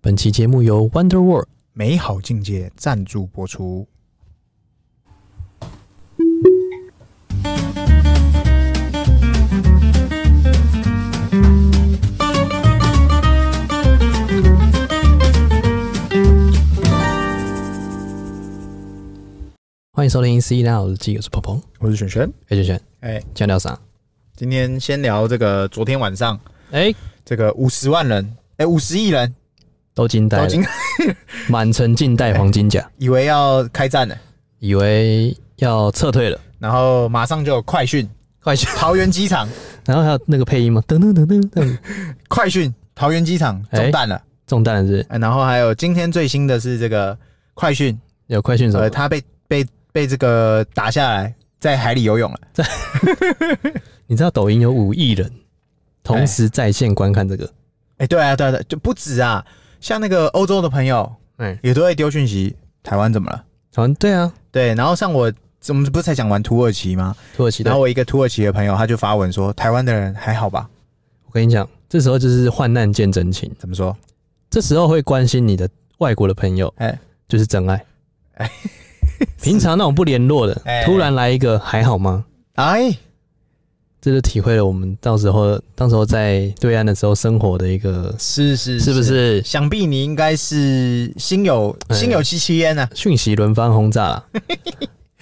本期节目由 Wonder World 美好境界赞助播出。欢迎收听 C 那我日记，我是鹏鹏，我是璇璇，哎轩轩，哎，今天聊啥？今天先聊这个，昨天晚上哎、这个五十万人，哎，五十亿人都惊呆都了已，经满城尽带黄金甲， 以为要开战了，以为要撤退了，然后马上就有快讯，快去！桃园机场然后还有那个配音吗？噔噔噔噔噔，快讯，桃园机场哎中弹了、中弹了是不是哎然后还有今天最新的是这个快讯，有快讯什么呃，？他被被被这个打下来，在海里游泳了，你知道抖音有五亿人同时在线观看这个，哎，对啊，对啊，对啊就不止啊，像那个欧洲的朋友哎、也都会丢讯息，台湾怎么了？好像对啊，对，然后像我，我们不是才讲完土耳其吗？土耳其的。然后我一个土耳其的朋友，他就发文说，台湾的人还好吧？我跟你讲，这时候就是患难见真情，怎么说？这时候会关心你的外国的朋友，哎就是真爱哎。 平常那种不联络的，哎突然来一个还好吗？哎，这就体会了我们到时候到时候在对岸的时候生活的一个是是是不？是想必你应该是心有哎心有戚戚焉啊呢。讯息轮番轰炸 啦？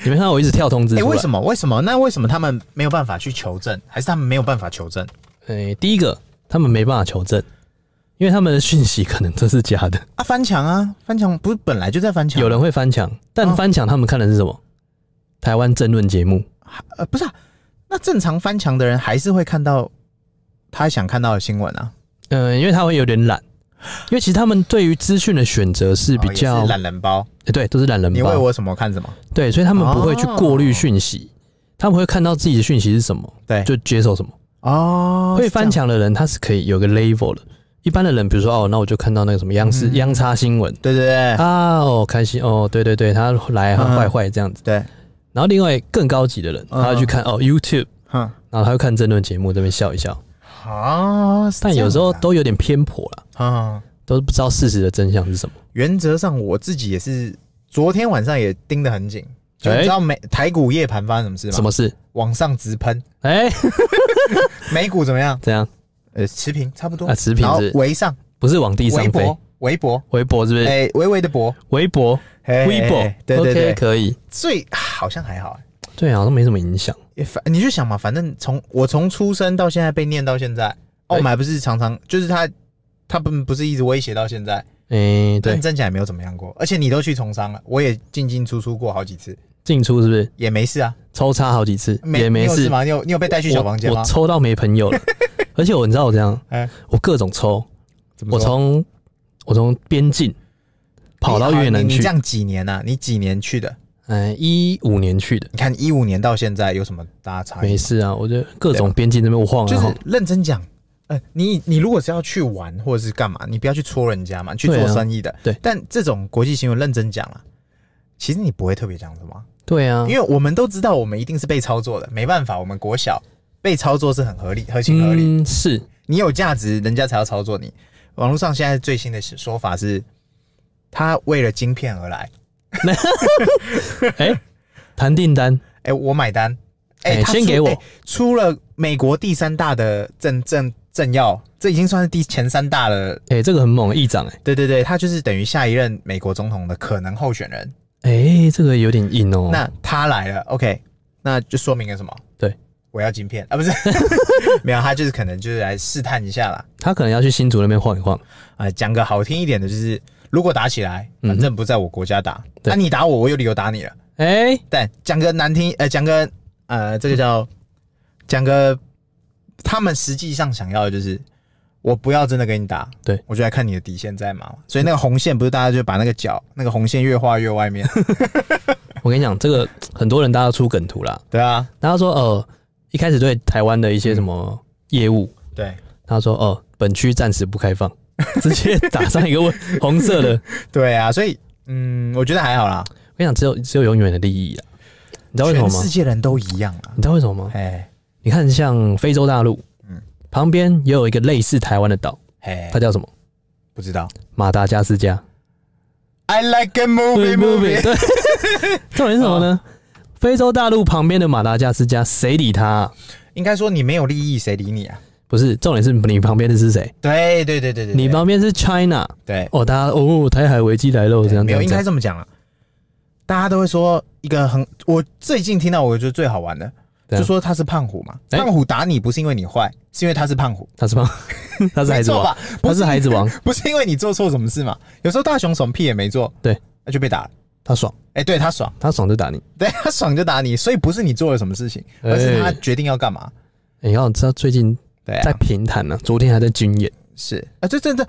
你们看到我一直跳通知哎，出为来。什么？为什么？那为什么他们没有办法去求证？还是他们没有办法求证哎、第一个他们没办法求证，因为他们的讯息可能都是假的。啊？翻墙啊，翻墙不是本来就在翻墙？有人会翻墙，但哦翻墙他们看的是什么？台湾争论节目。呃，不是啊，那正常翻墙的人还是会看到他想看到的新闻啊，嗯、因为他会有点懒，因为其实他们对于资讯的选择是比哦也是较、懒人包，哎对，都是懒人你喂包。我什么我看什么？对，所以他们不会去过滤哦讯息，他们会看到自己的讯息是什么，对，就接受什么。哦会翻，墙的人，他是可以有个 level 的。一般的人，比如说哦，那我就看到那个什么央视、嗯央插新闻是这样对对对、啊，哦，开心哦，对对对，他来很嗯坏坏这样子。对，然后另外更高级的人，嗯他会去看哦 YouTube，哼，然后他会看政论节目这边笑一笑，哦，是但这样有时候子啊都有点偏颇了，啊，都不知道事实的真相是什么。原则上我自己也是，昨天晚上也盯得很紧，就哎你知道美台股夜盘发生什么事吗？什么事？往上直喷，哎、 美股怎么样？怎样？呃，持平差不多啊持平然后是围上，不是往地微上飞博，，微博，微博是不是？哎，微微的博，微博，嘿微博嘿对对，OK，对，可以。最啊好像还好，对啊，都没什么影响。也反你就想嘛，反正从我从出生到现在被念到现在，哎哦，我们还不是常常就是他，他不不是一直威胁到现在，哎、对但，真假也没有怎么样过，而且你都去从商了，我也进进出出过好几次，进出是不是也没事啊，抽插好几次也你没有事？吗？你有你有被带去小房间我吗我？抽到没朋友 了，而且我你知道我这样，哎，我各种抽，怎么我说从我从边境跑到越你南你你去这，样几年啊？你几年去的？嗯，一五年去的，你看一五年到现在有什么大差异？没事啊，我就各种边境那边晃哎就啊晃是，认真讲，呃，你你如果是要去玩或者是干嘛，你不要去戳人家嘛，你去做对啊生意的。对但这种国际新闻，认真讲啊，其实你不会特别讲什么啊，对啊因，为我们都知道我们一定是被操作的，没办法，我们国小被操作是很合理、合情合理。嗯，是你有价值，人家才要操作你。网络上现在最新的说法是，他为了晶片而来，谈订单，哎、我买单，哎、哎他出先给我哎出了美国第三大的政政政要，这已经算是第前三大了。哎，这个很猛，议长，哎，对对对，他就是等于下一任美国总统的可能候选人。哎，这个有点硬哦，那他来了，OK，那就说明了什么？对，我要晶片 啊，不是，没有，他就是可能就是来试探一下啦。他可能要去新竹那边晃一晃，啊、讲个好听一点的，就是如果打起来，反正不在我国家打，嗯对那、你打我，我有理由打你了。哎，但讲个难听，呃，讲个呃，这个叫讲个，他们实际上想要的就是，我不要真的跟你打，对我就来看你的底线在嘛。所以那个红线不是大家就把那个角那个红线越画越外 面，我跟你讲，这个很多人大家都出梗图啦，对啊，然后说呃，一开始对台湾的一些什么业务，对他说：“哦，本区暂时不开放， 直接打上一个问 红色的。对啊，所以嗯，我觉得还好啦，我跟你讲，只有只有永远的利益啊！你知道为什么全吗嗯世？界人都一样啊，你知道为什么吗？哎你看，像非洲大陆，嗯旁边也有一个类似台湾的岛，哎它，叫什么？不知道。马达加斯加。 I like a movie movie。对， 重点是什么哦呢？非洲大陆旁边的马达加斯加，谁理他啊、 应该说你没有利益，谁理你啊？不是，重点是你旁边的是谁？对对对对对，你帮旁边是 China 对，哦，大家哦，台海危机来了，这样没这样有应这该样。这么讲啊。大家都会说一个很，我最近听到我觉得最好玩的，对啊就说他是胖虎嘛，哎胖虎打你不是因为你坏，是因为他是胖虎，他是吗？ 他是孩没子错王，吧？他是孩子王，不是因为你做错什么事嘛？有时候大雄什么屁也没做，对，那就被打了。他爽，哎、对他爽，他爽就打你。对他爽就打你，所以不是你做了什么事情，而是他哎决定要干嘛。哎你看，我知道最近对、啊，在平潭呢、昨天还在军演，是啊，这这这，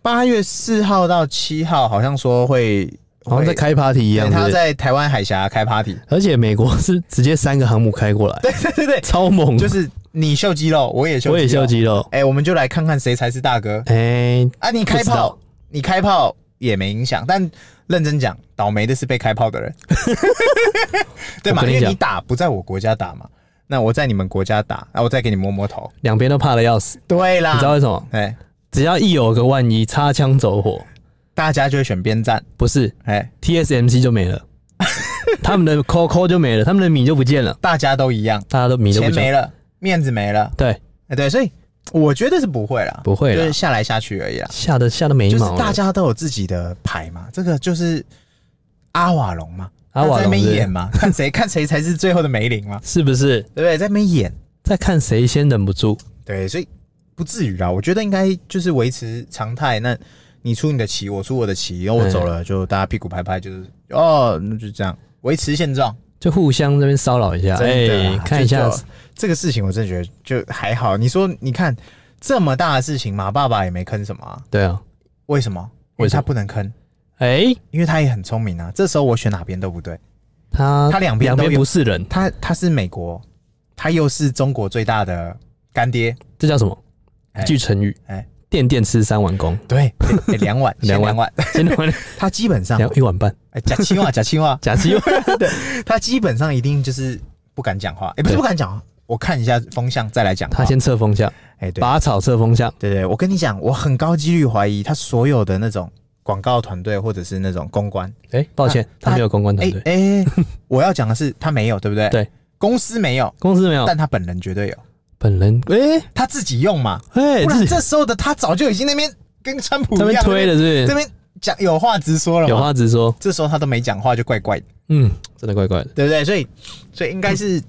八月四号到七号好像说会，好像在会开 party 一对样，他对不对？在台湾海峡开 party，而且美国是直接三个航母开过来， 对对对对， 超猛， 就是你秀肌肉，我也秀，我也秀。肌肉。哎、我们就来看看谁才是大哥哎、啊！不你开知道炮，你开炮也没影响，但认真讲，倒霉的是被开炮的人， 对嘛？我跟你因为讲你打不在我国家打嘛，那我在你们国家打，啊那我再给你摸摸头，两边都怕的要死，对啦，你知道为什么？哎，只要一有个万一，擦枪走火，大家就会选边站，不是哎， TSMC 就没 了，他们的 COCO 就没了，他们的米就不见了，大家都一样，大家都米都不钱没见了，了，面子没了，对，哎，对，所以我觉得是不会啦，不会就是了，下来下去而已啦，吓得吓得没就是毛大了。家都有自己的牌嘛，这个就是阿瓦隆嘛，阿瓦他在隆那边是演 嘛，看谁看谁才是最后的梅林嘛，是不是对不对？在那边演，在看谁先忍不住？对，所以不至于啦，我觉得应该就是维持常态，那你出你的棋，我出我的棋，然后我走了，就大家屁股拍拍，就是哦，那就这样。维持现状，就互相这边骚扰一下，真的啊、哎，看一下就就这个事情，我真的觉得就还好。你说，你看这么大的事情，马爸爸也没坑什么、啊，对啊，为什么？因为为什么他不能坑，哎，因为他也很聪明啊。这时候我选哪边都不对，他他两边两都有边不是人，他他是美国，他又是中国最大的干爹，这叫什么？哎一句成语哎，垫垫吃三碗公，对，哎 两碗先两碗两碗，真的吗 他基本上两一碗半，哎假青蛙假青蛙，假期 他基本上一定就是不敢讲话，也不是对不敢讲话，我看一下风向再来讲话。他先测风向，哎对拔草测风向，对对，我跟你讲，我很高几率怀疑他所有的那种广告团队或者是那种公关，哎，抱歉，他他没有公关团哎队，哎，我要讲的是他没有，对不对？对，哦公司没有，公司没有，但他本人绝对有。本人哎他自己用嘛，哎不自然己这时候的他早就已经那边跟川普这一边样推了，是那边 这不边讲有话直说了是？嘛有，话直说，这时候他都没讲话就怪怪的，嗯，真的怪怪的。对不对？所以所以应该是、嗯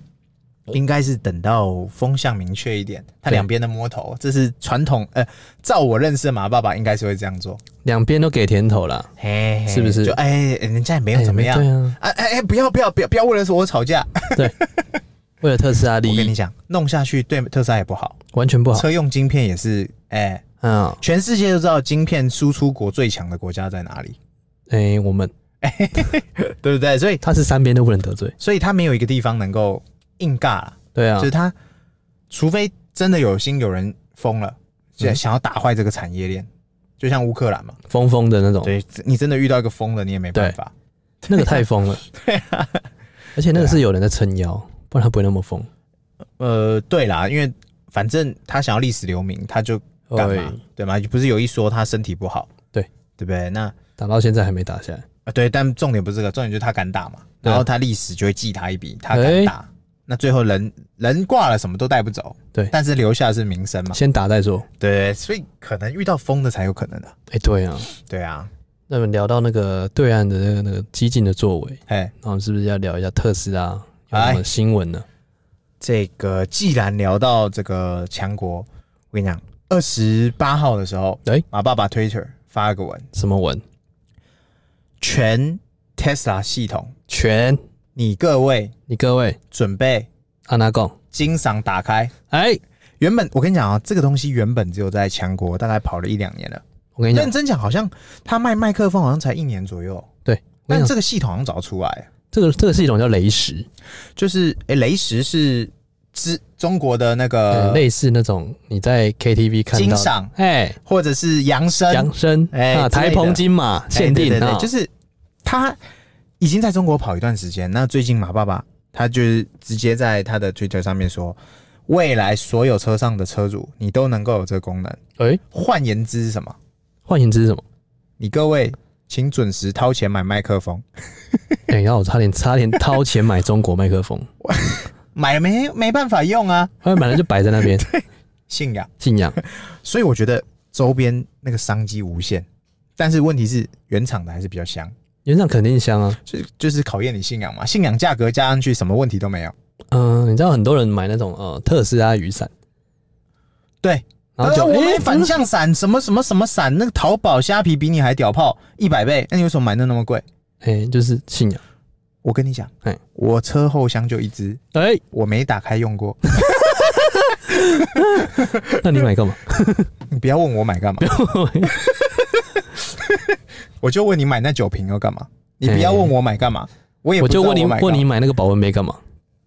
应该是等到风向明确一点，他对两边的摸头，这是传统呃，照我认识的马爸爸应该是会这样做，两边都给甜头啦，嘿嘿是不是就哎、人家也没哎有怎么样。对啊，哎哎哎！不要不要不要不要为了说我吵架！为了特斯拉利我跟你益，讲，弄下去对特斯拉也不好，完全不好。车用晶片也是，哎、嗯，全世界都知道晶片输出国最强的国家在哪里，哎，我们对不对？所以他是三边都不能得罪，所以他没有一个地方能够硬尬啦，对啊就是，他除非真的有心有人疯了，就嗯想要打坏这个产业链，就像乌克兰嘛，疯疯的那种，对你真的遇到一个疯了，你也没办法。那个太 疯了。啊而且那个是有人在撑腰，不然他不会那么疯。呃，对啦，因为反正他想要历史留名，他就干嘛哎，对吗？不是有一说他身体不好，对对不对？那打到现在还没打下来，啊对，但重点不是这个，重点就是他敢打嘛，对啊哎然后他历史就会记他一笔，他敢打。那最后人人挂了，什么都带不走，对但是留下的是名声嘛，先打再说。对，所以可能遇到疯的才有可能的、哎，对啊，对啊，那我们聊到那个对岸的那个那个激进的作为，哎，那我们是不是要聊一下特斯拉有什么新闻呢？这个既然聊到这个强国，我跟你讲，二十八号的时候，哎马爸爸 Twitter 发了个文，什么文？全 Tesla 系统，全你各位你各位准备阿拿贡，经赏打开。哎，原本我跟你讲啊，这个东西原本只有在强国大概跑了一两年了。我跟你讲认，真讲，好像他卖麦克风好像才一年左右，对，我跟但你讲，这个系统好像早出来，这个这个是一种叫雷石，就是诶、雷石是之中国的那呃，个，类似那种你在 KTV 看金到的，赏哎，或者是扬声，扬声，哎啊，之类台的澎金马哎限对定对对啊，，就是他已经在中国跑一段时间。那最近马爸爸他就是直接在他的 Twitter 上面说，未来所有车上的车主你都能够有这个功能。哎，换言之是什么？换言之是什 么？你各位请准时掏钱买麦克风，哎、然后我差点差点掏钱买中国麦克风， 买没没办法用啊，后来本来就摆在那 边信仰。信仰，所以我觉得周边那个商机无限，但是问题是原厂的还是比较香，原厂肯定香啊。就就是考验你信仰嘛，信仰价格加上去什么问题都没有。嗯、你知道很多人买那种呃特斯拉雨伞，对，然后就呃我哎买反向伞，什么什么什么伞，那个淘宝虾皮比你还屌炮一百倍，那你为什么买那那么贵？哎、就是信仰，我跟你讲嘿，我车后箱就一只，哎、我没打开用过。 那你买干嘛？你不要问我买干嘛， 我就问你买那酒瓶要干嘛？你不要问我买干嘛， 我也我不知道就问你我买干嘛问你买那个保温杯干嘛？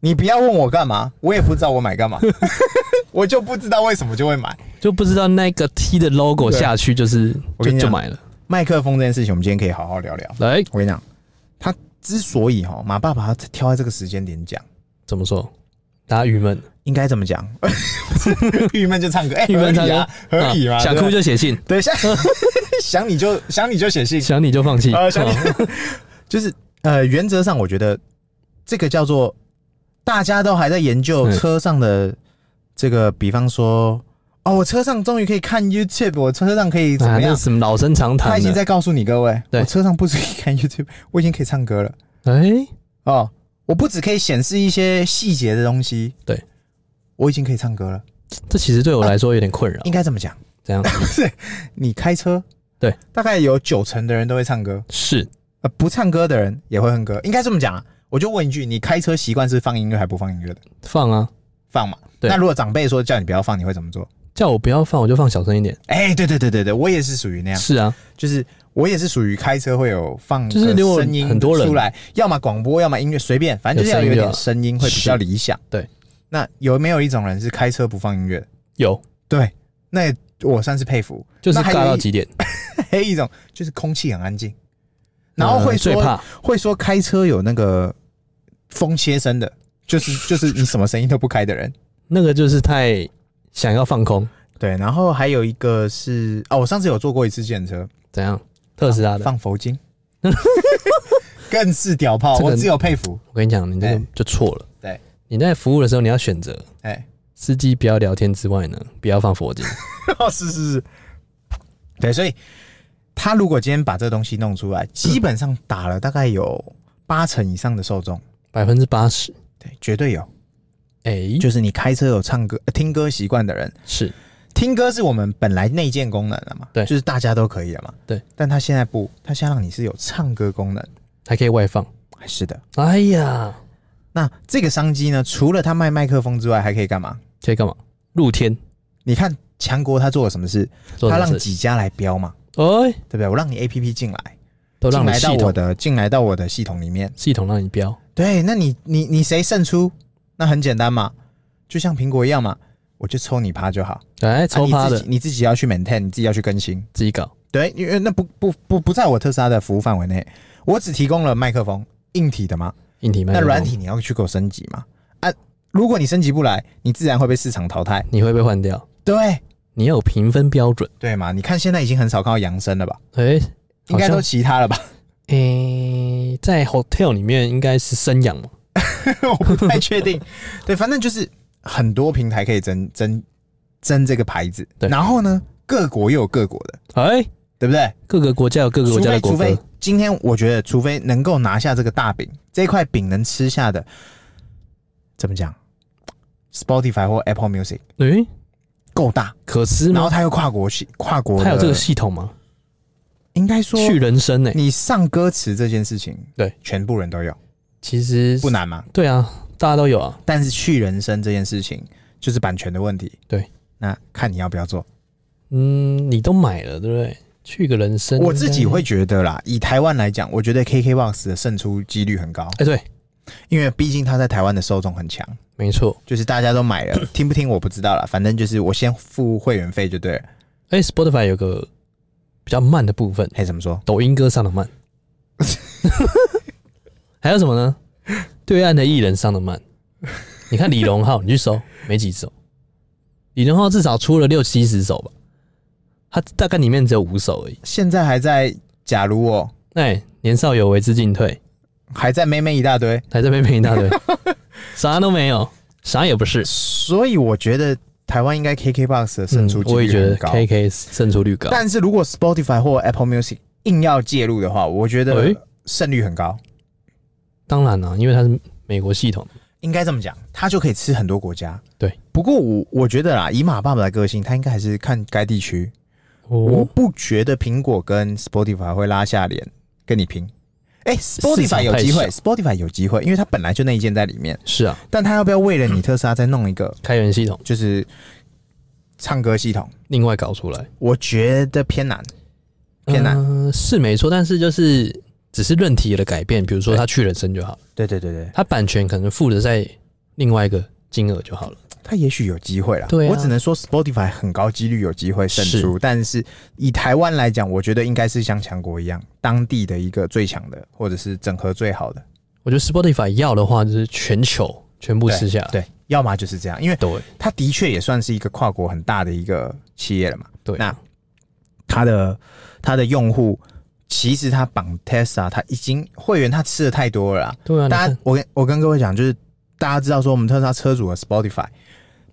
你不要问我干嘛，我也不知道我买干嘛， 我就不知道为什么就会买就不知道那个 T 的 logo 对下去就是我就跟你就讲买了。麦克风这件事情。我们今天可以好好聊聊。来，我跟你讲，他之所以哈马爸爸他挑在这个时间点讲，怎么说？大家郁闷，应该怎么讲？ 郁闷就唱歌，哎、郁合闷唱理歌啊，合理嘛。想对哭不对就写信，对，想 想你就想你就写信，想你就放弃。啊呃，想你就是呃，原则上我觉得这个叫做大家都还在研究嗯车上的这个，比方说哦，我车上终于可以看 YouTube，我车上可以怎啊，么那样？什么老生常他谈已经的。在告诉你各位，对我车上不止可以看 YouTube，我已经可以唱歌了哎，哦，我不只可以显示一些细节的东西，对，我已经可以唱歌了。这其实对我来说有点困扰应。该怎么讲？这 样你开车，对，大概有九成的人都会唱歌，是呃，不唱歌的人也会哼歌，应该这么讲啊。我就问一句，你开车习惯是放音乐还不放音乐的？放啊，放嘛。对那如果长辈说叫你不要放，你会怎么做？叫我不要放，我就放小声一点。哎、对对对对对，我也是属于那样，是啊，就是我也是属于开车会有放就是个如果声音很多人出来，要么广播，要么音乐，随便，反正就是要有一有点声声音会比较是理想。对，那有没有一种人是开车不放音乐的？有对，那我算是佩服。就是那还尬有到一几点，还有一种就是空气很安静，然后会呃最说、怕会说开车有那个风切声的，就是 就是你什么声音都不开的人。那个就是太想要放空，对，然后还有一个是哦，我上次有坐过一次电车，怎样？特斯拉的，放佛 经，更是屌炮，这个我只有佩服。我跟你讲，你这个哎就错了。对，你在服务的时候，你要选择哎、司机不要聊天之外呢，不要放佛经。 哦，是是是，对，所以他如果今天把这东西弄出来，基本上打了大概有八成以上的受众，百分之八十。对，绝对有。哎，就是你开车有唱歌、呃听歌习惯的人，是听歌是我们本来内建功能了嘛，对就是大家都可以了嘛，对。但他现在不，他现在让你是有唱歌功能，还可以外放。是的。哎呀，那这个商机呢，除了他卖麦克风之外，还可以干嘛？可以干嘛？露天你看强国他做了什么事？做他什让么事？几家来标嘛，哎，对不对？我让你 A P P 进来，都让进你来到系统我的，进来到我的系统里面。系统让你标。对，那你你你谁胜出？那很简单嘛，就像苹果一样嘛，我就抽你趴就好。哎，抽啊趴的你自己你自己要去 maintain，你自己要去更新。自己搞。对，因为那不不不不在我特斯拉的服务范围内，我只提供了麦克风硬体的嘛，硬体麦克那风软体你要去给我升级嘛啊，如果你升级不来，你自然会被市场淘汰。你会被换掉，对你要有评分标准。对嘛，你看现在已经很少看到扬声了吧？哎，应该好都像其他了吧？ 哎，在 hotel 里面应该是生养嘛，我不太确定。对，反正就是很多平台可以争争争这个牌子，对然后呢，各国又有各国的，哎，对不对？各个国家有各个国除家非的国除歌，非今天我觉得，除非能够拿下这个大饼，这块饼能吃下的，怎么讲？Spotify 或 Apple Music 哎，够大，可吃然后吗？它又跨国系跨国的，它有这个系统吗？应该说去人生呢？你上歌词这件事情，对，全部人都有，其实不难嘛。对啊，大家都有啊。但是去人声这件事情就是版权的问题，对，那看你要不要做。嗯，你都买了，对不对？去个人生，我自己会觉得啦，以台湾来讲，我觉得 KKBOX 的胜出几率很高，哎，对，因为毕竟它在台湾的受众很强。没错。就是大家都买了，听不听我不知道了，反正就是我先付会员费就对了。哎，Spotify 有个比较慢的部分，嘿，怎么说？抖音歌上的 慢，还有什么呢？对岸的艺人上的慢，你看李荣浩，你去搜没几首，李荣浩至少出了六七十首吧，它大概里面只有五首而已。现在还在，假如我哎、年少有为之进退，还在妹妹一大堆，还在被骗一大 堆，啥都没有，啥也不是。所以我觉得台湾应该 KKBOX 的胜出嗯我几也率觉很得高。 KK 胜出率高。但是如果 Spotify 或 Apple Music 硬要介入的话，我觉得诶胜率很高。当然了、因为它是美国系统，应该这么讲，它就可以吃很多国家。对，不过我我觉得啦，以马爸爸的个性，他应该还是看该地区。我哦，不觉得苹果跟 Spotify 会拉下脸跟你拼。哎、s p o t i f 市场 y 有太机会小，Spotify 有机会，因为它本来就内建在里面。是啊，但它要不要为了你特斯拉再弄一个开源系统就是唱歌系统？另外搞出来，我觉得偏难，偏难。嗯、是没错，但是就是只是论题的改变，比如说对它去人声就好了，对对对对，它版权可能付的在另外一个金额就好了。它也许有机会啦。对啊我只能说 Spotify 很高几率有机会胜出，但是以台湾来讲，我觉得应该是像强国一样，当地的一个最强的，或者是整合最好的。我觉得 Spotify 要的话就是全球全部对吃下来，对，要么就是这样，因为对它的确也算是一个跨国很大的一个企业了嘛。对，那它的它的用户，其实它绑 Tesla，它已经会员它吃的太多了啦。对啊，大你家看，我跟我跟各位讲，就是大家知道说我们特斯拉车主的 Spotify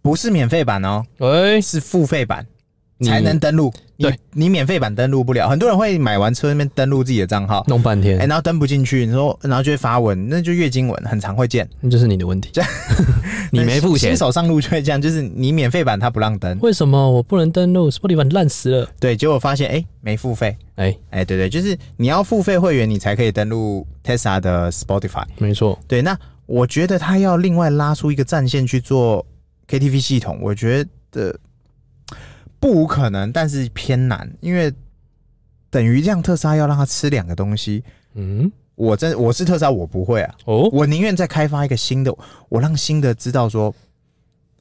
不是免费版哦，喂、是付费版你才能登录。你对你免费版登录不了，很多人会买完车那边登录自己的账号，弄半天，哎、然后登不进去，你说然后就会发文，那就月经文，很常会见。那就是你的问题， 你没付钱新，手上路就会这样，就是你免费版它不让登，为什么我不能登录？Spotify 烂死了，对，结果发现哎、没付费，哎、哎、对对，就是你要付费会员你才可以登录 Tesla 的 Spotify。没错，对，那我觉得他要另外拉出一个战线去做 KTV 系统，我觉得不无可能，但是偏难，因为等于让特斯拉要让他吃两个东西。嗯，我真我是特斯拉，我不会啊，哦，我宁愿再开发一个新的，我让新的知道说，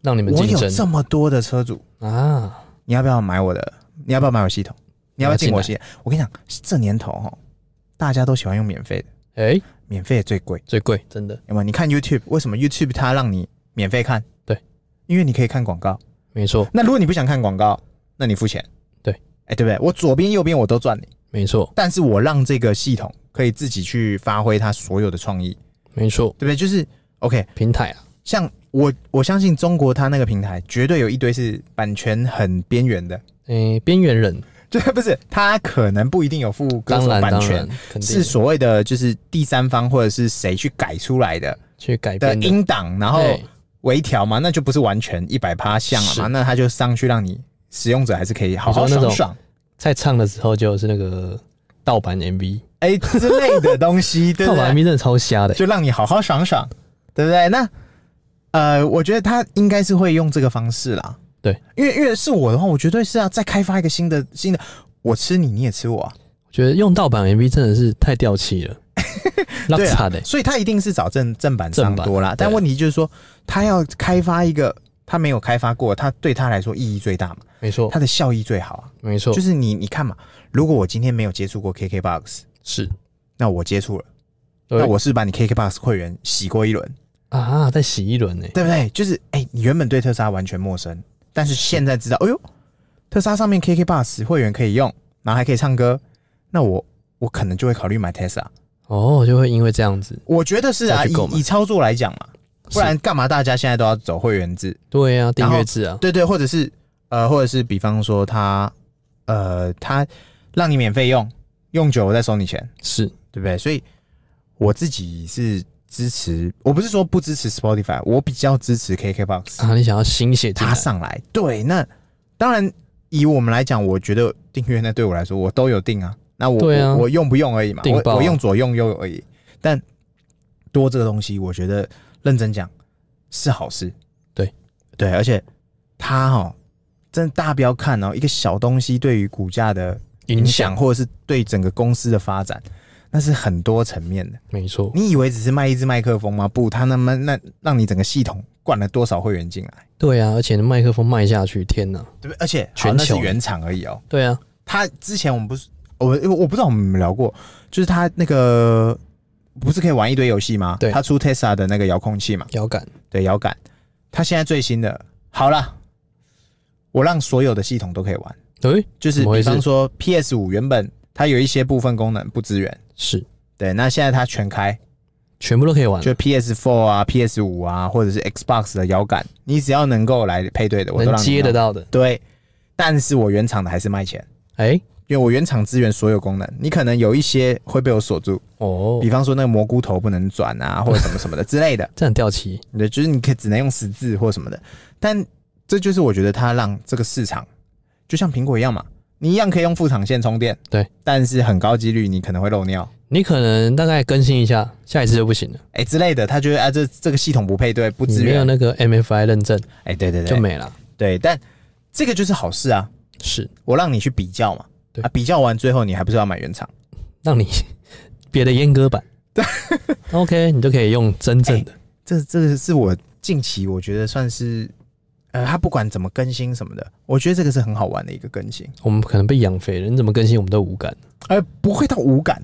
让你们我竞有争这么多的车主，啊，你要不要买我的？你要不要买我系统？你要不要进我我要系进统？我跟你讲，这年头哈，大家都喜欢用免费的，哎、免费的最贵，最贵，真的有没有？你看 YouTube，为什么 YouTube 它让你免费看？对，因为你可以看广告。没错，那如果你不想看广告，那你付钱。对哎、对不对？我左边右边我都赚你，没错，但是我让这个系统可以自己去发挥它所有的创意，没错对，不对？就是 OK，平台啊，像我我相信中国它那个平台绝对有一堆是版权很边缘的， 哎、边缘人，对，不是它可能不一定有付歌当手然版当权然，，肯定是所谓的就是第三方或者是谁去改出来的去改的变的，音档，然后哎微调嘛，那就不是完全一百趴像了嘛，是那它就上去让你使用者还是可以好好你说那爽种爽。在唱的时候就是那个盗版 MV，哎、之类的 东西，对不盗版对？ MV 真的超瞎的、欸就让你好好爽爽，对不对？那呃，我觉得他应该是会用这个方式啦。对，因为因为是我的话，我绝对是要再开发一个新的新的，我吃你，你也吃我、啊，我觉得用盗版 MV 真的是太掉漆 了，拉对啊惨的、，欸所以他一定是找正正版商正版多啦。但对啊问题就是说，他要开发一个他没有开发过，他对他来说意义最大嘛，没错他，的效益最好啊。没错，就是你你看嘛，如果我今天没有接触过 KKBOX，是，那我接触了，对那我是把你 KKBOX 会员洗过一轮，啊，再洗一轮呢、对不对？就是哎、你原本对特斯拉完全陌生，但是现在知道，哎呦，特斯拉上面 KK Bus 会员可以用，然后还可以唱歌，那我我可能就会考虑买 Tesla。哦，就会因为这样子，我觉得是啊，再去以购买以操作来讲嘛，不然干嘛大家现在都要走会员制？对啊，订然后阅制啊，对对，或者是呃，或者是比方说他呃，他让你免费用，用久我再收你钱，是对不对？所以我自己是支持，我不是说不支持 Spotify，我比较支持 KK Box。啊，你想要新血进来，他上来。对，那当然以我们来讲，我觉得订阅那对我来说，我都有订啊。那我对啊我我用不用而已嘛，订我爆啊我用左用右而已。但多这个东西，我觉得认真讲是好事。对对，而且它哦，真的大家不要看哦，一个小东西对于股价的影响，响，或者是对整个公司的发展，那是很多层面的。没错，你以为只是卖一支麦克风吗？不，它那么那让你整个系统灌了多少会员进来？对啊，而且麦克风卖下去，天哪！对不对？而且好全那是球原厂而已哦。对啊，他之前我们不是我我不知道我们有没有聊过，就是他那个不是可以玩一堆游戏吗？对他出 Tesla 的那个遥控器嘛，遥感对，遥感。他现在最新的，好了，我让所有的系统都可以玩，诶、就是怎么比回事方说 PS 五原本它有一些部分功能不支援，是对，那现在它全开，全部都可以玩，就 PS Four 啊、PS 五啊，或者是 Xbox 的摇杆，你只要能够来配对的，我都能让你接得用。到的。对，但是我原厂的还是卖钱，哎、因为我原厂支援所有功能，你可能有一些会被我锁住，哦比，方说那个蘑菇头不能转啊，或者什么什么的之类的，这很吊旗，对，就是你可以只能用十字或什么的。但这就是我觉得它让这个市场就像苹果一样嘛，你一样可以用副厂线充电，对，但是很高几率你可能会漏尿。你可能大概更新一下，下一次就不行了，哎、之类的，他觉得啊，这这个系统不配对，不你支没有援。那个 MFI 认证哎、对对就对，没了。对，但这个就是好事啊，是我让你去比较嘛，对啊，比较完最后你还不是要买原厂？让你 别的阉割 版，OK，你就可以用真正的。这这个是我近期我觉得算是，呃，他不管怎么更新什么的，我觉得这个是很好玩的一个更新，我们可能被养肥了，你怎么更新我们都无感。而、不会到无感，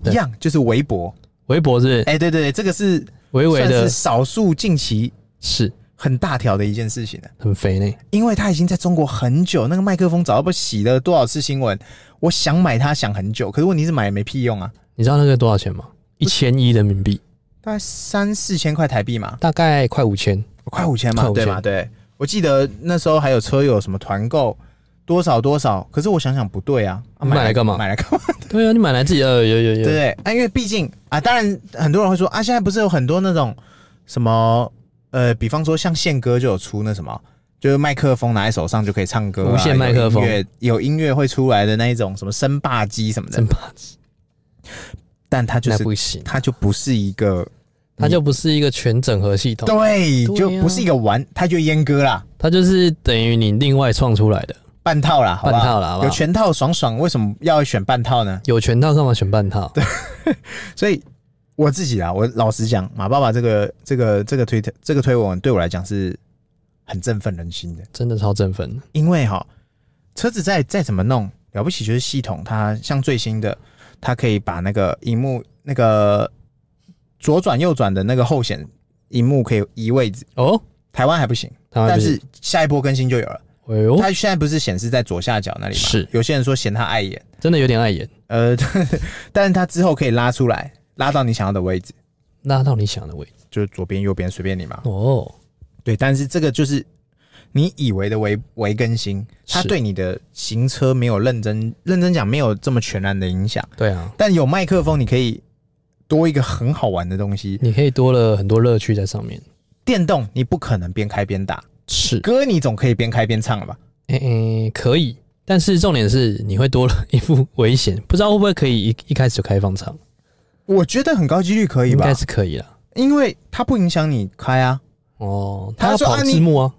一对样就是微博。微博是不是哎、对对对，这个是微微算的是少数近期是很大条的一件事情了，很肥呢，因为它已经在中国很久，那个麦克风早都被洗了多少次新闻，我想买它想很久，可是问题是买也没屁用啊，你知道那个多少钱吗？一千一人民币，大概三四千块台币嘛，大概快五千。快五千嘛快，5000对吧？对，我记得那时候还有车友什么团购多少多少，可是我想想不对啊，啊你买来干嘛买来干 嘛？对啊，你买来自己呃，有有对有，不对？啊，因为毕竟啊，当然很多人会说啊，现在不是有很多那种什么呃，比方说像宪哥就有出那什么。就是麦克风拿在手上就可以唱歌、啊，无线麦克风有音乐有音乐会出来的那一种什么声霸机什么的真，霸气，但它就那是不行，它就不是一个它就不是一个全整合系统，对，对啊就不是一个玩，它就阉割啦，它就是等于你另外创出来的半套啦，好半不好套啦，好不有好？全套爽爽，为什么要选半套呢？有全套干嘛选半套？所以我自己啊啦，我老实讲，马爸爸这个这个这个推特这个推文对我来讲是很振奋人心的，真的超振奋的，因为哈，车子再再怎么弄了不起，就是系统它像最新的，它可以把那个荧幕那个左转右转的那个后显荧幕可以移位置，哦，台湾还不行，台湾但不行，是下一波更新就有了。哎呦，它现在不是显示在左下角那里吗？是有些人说嫌它碍眼。真的有点碍眼，呃， 但是它之后可以拉出来，拉到你想要的位置，拉到你想的位置就是左边、右边随便你嘛。哦，对，但是这个就是你以为的微微更新，它是对你的行车没有认真认真讲，没有这么全然的影响。对啊，但有麦克风，你可以多一个很好玩的东西。你可以多了很多乐趣在上面，电动你不可能边开边打，是，歌你总可以边开边唱了吧？诶、诶可以，但是重点是你会多了一副危险， 不知道会不会可以一一开始就开放场，我觉得很高几率可以应吧该，是可以啦。因为它不影响你开啊。哦，他他要说跑啊你字幕啊，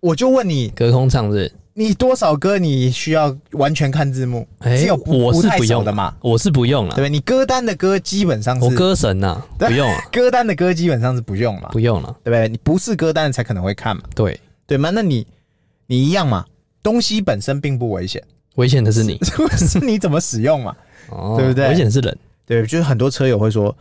我就问你，隔空唱是你多少歌你需要完全看字幕？哎只有我是太不少用的嘛，不是，我是不用了对不，对？你歌单的歌基本上是我歌神呐、啊，对不用 啊，歌单的歌基本上是不用嘛，不用了，对不对？你不是歌单的才可能会看嘛，对，对吗？那你你一样嘛，东西本身并不危险， 危险的是你，是你怎么使用嘛？哦，对不对危险的是人，对，就是很多车友会说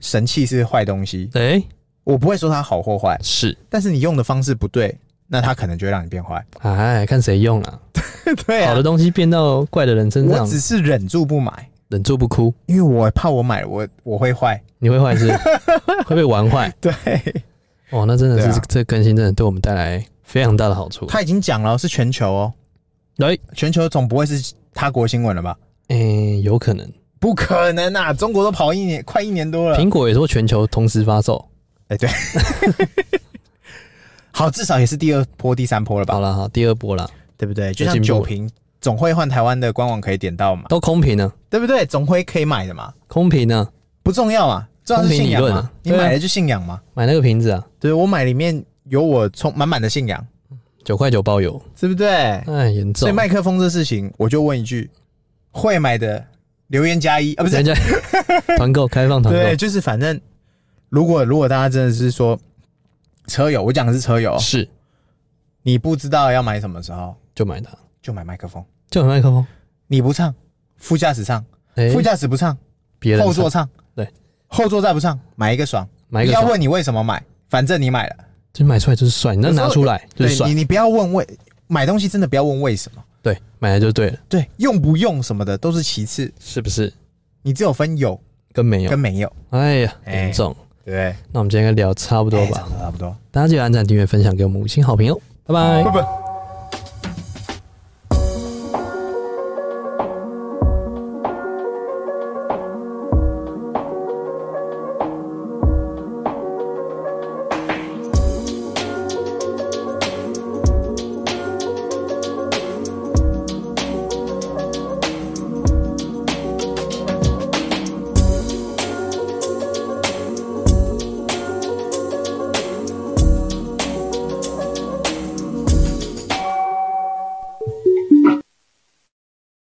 神器是坏东西，哎、我不会说它好或坏，是，但是你用的方式不对，那它可能就会让你变坏。 哎，看谁用了、对好啊的，东西变到怪的人身我上，只是忍住不买，忍住不哭，因为我怕我买了我我会坏。你会坏 是会被玩坏， 对。哦，那真的对是、啊这更新真的对我们带来非常大的好处，他已经讲了是全球哦，来，全球总不会是他国新闻了吧？哎、有可能。不可能啊！中国都跑一年，快一年多了。苹果也说全球同时发售。好，至少也是第二波、第三波了好吧？了，好，第二波啦，对不哦对？就有像进步酒了瓶，总会换台湾的官网可以点到嘛，都空瓶呢、对不对？总会可以买的嘛，啊，空瓶呢、啊，不重要啊，重要是信公平理仰论嘛啊。你买了就信仰嘛。买那个瓶子啊，对我买里面有我充满满的信仰，九块九包邮，对不对？哎，严所重以。麦克风这事情，我就问一句：会买的留言加一啊，不是人 家团购开放团对，购就是反正如果如果大家真的是说车友，我讲的是车友，是你不知道要买什么时候就买它，就买麦克风，就买麦克风，你不唱，副驾驶唱，哎、副驾驶不唱，别人后座唱，对，后座再不唱，买一个爽，买一不个要爽，问你为什么买，反正你买了，就买出来就是帅，你那有时候拿出来就是对帅你，你不要问为买东西真的不要问为什么，对，买来就对了，对，用不用什么的都是其次，是不是？你只有分有跟没有跟，没有，哎呀，哎严重。对，那我们今天应该聊差不多哎吧？差不多差不多，大家记得按赞、订阅、分享给我们五星好评哦，拜拜。不。